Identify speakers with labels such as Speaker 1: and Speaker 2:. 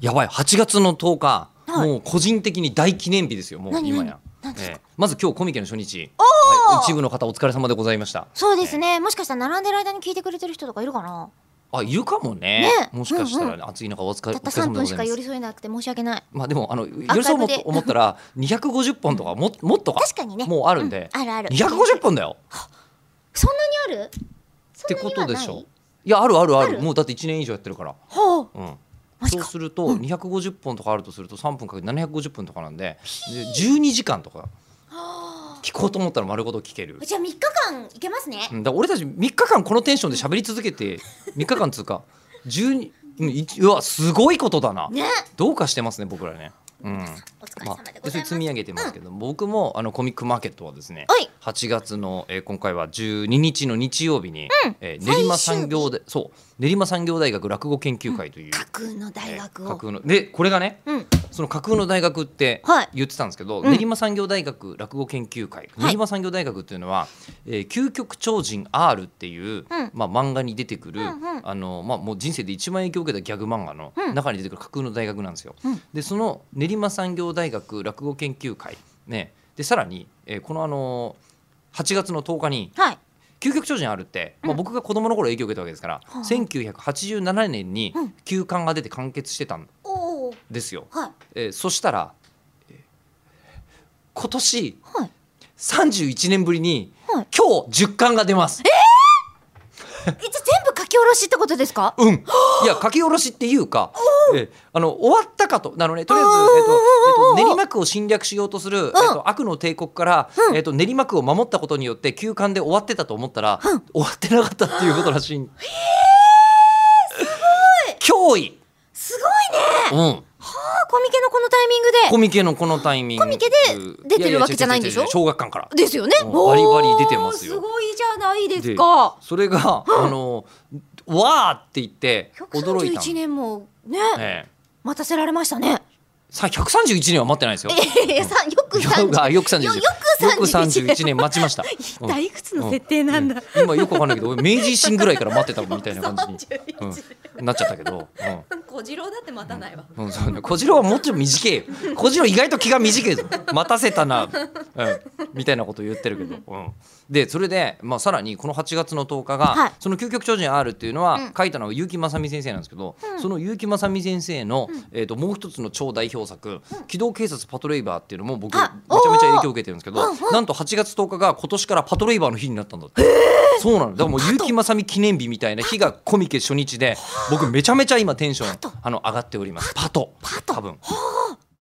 Speaker 1: やばい8月の10日、
Speaker 2: はい
Speaker 1: もう個人的に大記念日ですよもう
Speaker 2: 何
Speaker 1: 今や
Speaker 2: 何何ですか
Speaker 1: ええまず今日コミケの初日、
Speaker 2: ー
Speaker 1: はい一部の方お疲れ様でございました
Speaker 2: そうですね、もしかしたら並んでる間に聞いてくれてる人とかいるかな
Speaker 1: あいるかもね
Speaker 2: ね
Speaker 1: もしかしたら、ね
Speaker 2: う
Speaker 1: 暑い中お疲れお
Speaker 2: たった
Speaker 1: 疲れ
Speaker 2: 3
Speaker 1: 様でご
Speaker 2: 分し
Speaker 1: ざ
Speaker 2: か
Speaker 1: いま
Speaker 2: 寄
Speaker 1: す
Speaker 2: り添えなくて申し訳ない
Speaker 1: まあでもあの寄
Speaker 2: アーカイ
Speaker 1: り添お
Speaker 2: ブで
Speaker 1: うと思ったら250本とかももっとか
Speaker 2: 確かにね
Speaker 1: もうあるんで、
Speaker 2: うんあるある
Speaker 1: 250本だよ
Speaker 2: そんなにある
Speaker 1: ってことでし
Speaker 2: そん
Speaker 1: ょ
Speaker 2: なにはない
Speaker 1: いやあるあるある
Speaker 2: ある
Speaker 1: もうだって1年以上やってるから、
Speaker 2: ほう
Speaker 1: うん、
Speaker 2: マジ
Speaker 1: そう
Speaker 2: か
Speaker 1: すると250本とかあるとすると3分かけて750分とかなんでで12時間とか聞こうと思ったら丸ごと聞ける。
Speaker 2: じゃあ3日間いけますね、
Speaker 1: うんだから俺たち3日間このテンションで喋り続けて3日間つうか12うん一うわすごいことだな
Speaker 2: ね
Speaker 1: どうかしてますね僕らね。うん
Speaker 2: お疲れ
Speaker 1: ま
Speaker 2: 様
Speaker 1: あ
Speaker 2: で、
Speaker 1: でそ
Speaker 2: ご
Speaker 1: れ
Speaker 2: ざいます、
Speaker 1: 積み上げてますけど、僕もあのコミックマーケットはですね
Speaker 2: はい
Speaker 1: 8月の、えー今回は12日の日曜日に、
Speaker 2: うん
Speaker 1: えー練馬
Speaker 2: 最
Speaker 1: 産
Speaker 2: 終日
Speaker 1: 業でそう練馬産業大学落語研究会という、
Speaker 2: 架空の大学を、
Speaker 1: えー架空のでこれがね
Speaker 2: うん
Speaker 1: その架空の大学って
Speaker 2: はい
Speaker 1: 言ってたんですけど、
Speaker 2: うん
Speaker 1: 練馬産業大学落語研究会、
Speaker 2: はい
Speaker 1: 練馬産業大学っていうのは「えー究極超人 R」っていう、
Speaker 2: うん
Speaker 1: まあ、漫画に出てくる、
Speaker 2: うんうん
Speaker 1: あのまあ、もう人生で一番影響を受けたギャグ漫画の
Speaker 2: うん
Speaker 1: 中に出てくる架空の大学なんですよ。
Speaker 2: うん
Speaker 1: でその練馬産業大学落語研究会、ね、でさらに、えーこの、あのー8月の10日に
Speaker 2: はい
Speaker 1: 究極超人あるって、まあ、僕が子供の頃影響を受けたわけですから、
Speaker 2: はあ
Speaker 1: 1987年に
Speaker 2: うん
Speaker 1: 休刊が出て完結してたん
Speaker 2: おお
Speaker 1: ですよ。
Speaker 2: はい
Speaker 1: えーそしたら、えー今年
Speaker 2: はい
Speaker 1: 31年ぶりに、
Speaker 2: はい
Speaker 1: 今日10巻が出ます。
Speaker 2: えじゃあ全部書き下ろしってことですか
Speaker 1: うん、いや書き下ろしっていうか、えーあの終わったかとなのねとりあえず、
Speaker 2: うん
Speaker 1: え
Speaker 2: うんうんうん
Speaker 1: ーとえーと練馬区を侵略しようとする、えーと悪の帝国から、えー、と練馬区を守ったことによって休館で終わってたと思ったら、終わってなかったっていうことらしい。えー、すごい脅威、
Speaker 2: す
Speaker 1: う
Speaker 2: ごいね
Speaker 1: ん、
Speaker 2: あーコミケのこのタイミング
Speaker 1: コミケのこのタイミングコミ
Speaker 2: ケで出てるわけじゃないんでしょ
Speaker 1: 小学館から
Speaker 2: でですよね
Speaker 1: うん
Speaker 2: おー
Speaker 1: バリバリ出てますよ
Speaker 2: すごいじゃないですか
Speaker 1: それが、あのわーって言って驚いたの、
Speaker 2: 131年もね、
Speaker 1: ええ
Speaker 2: 待たせられましたね
Speaker 1: さ131年は待ってないですよ。
Speaker 2: ええさよく
Speaker 1: よく あよく31
Speaker 2: よ
Speaker 1: 年
Speaker 2: よく31
Speaker 1: 31年待ちま した。うん
Speaker 2: いくつの設定なんだ、
Speaker 1: うん今よくわかんないけど俺明治維新ぐらいから待ってたみたいな感じ に、
Speaker 2: 31
Speaker 1: うんなっちゃったけど、
Speaker 2: 小次郎だって待たないわ、
Speaker 1: うんうんそうね、小次郎はもちろん短いよ小次郎意外と気が短いぞ待たせたな、うん、みたいなこと言ってるけど、うん、でそれで、まあ、さらにこの8月の10日が、
Speaker 2: はい
Speaker 1: その「究極超人 R」っていうのは、
Speaker 2: うん
Speaker 1: 書いたのが結城正美先生なんですけど、その結城正美先生の、えー、ともう一つの超代表作「機動警察パトレイバー」っていうのも僕めち
Speaker 2: あ
Speaker 1: ゃめちゃ影響を受けてるんですけど、なんと8月10日が今年からパトレイバーの日になったんだって。そうなのだからもう結城正美記念日みたいな日がコミケ初日で僕めちゃめちゃ今テンションあの上がっておりますパト多分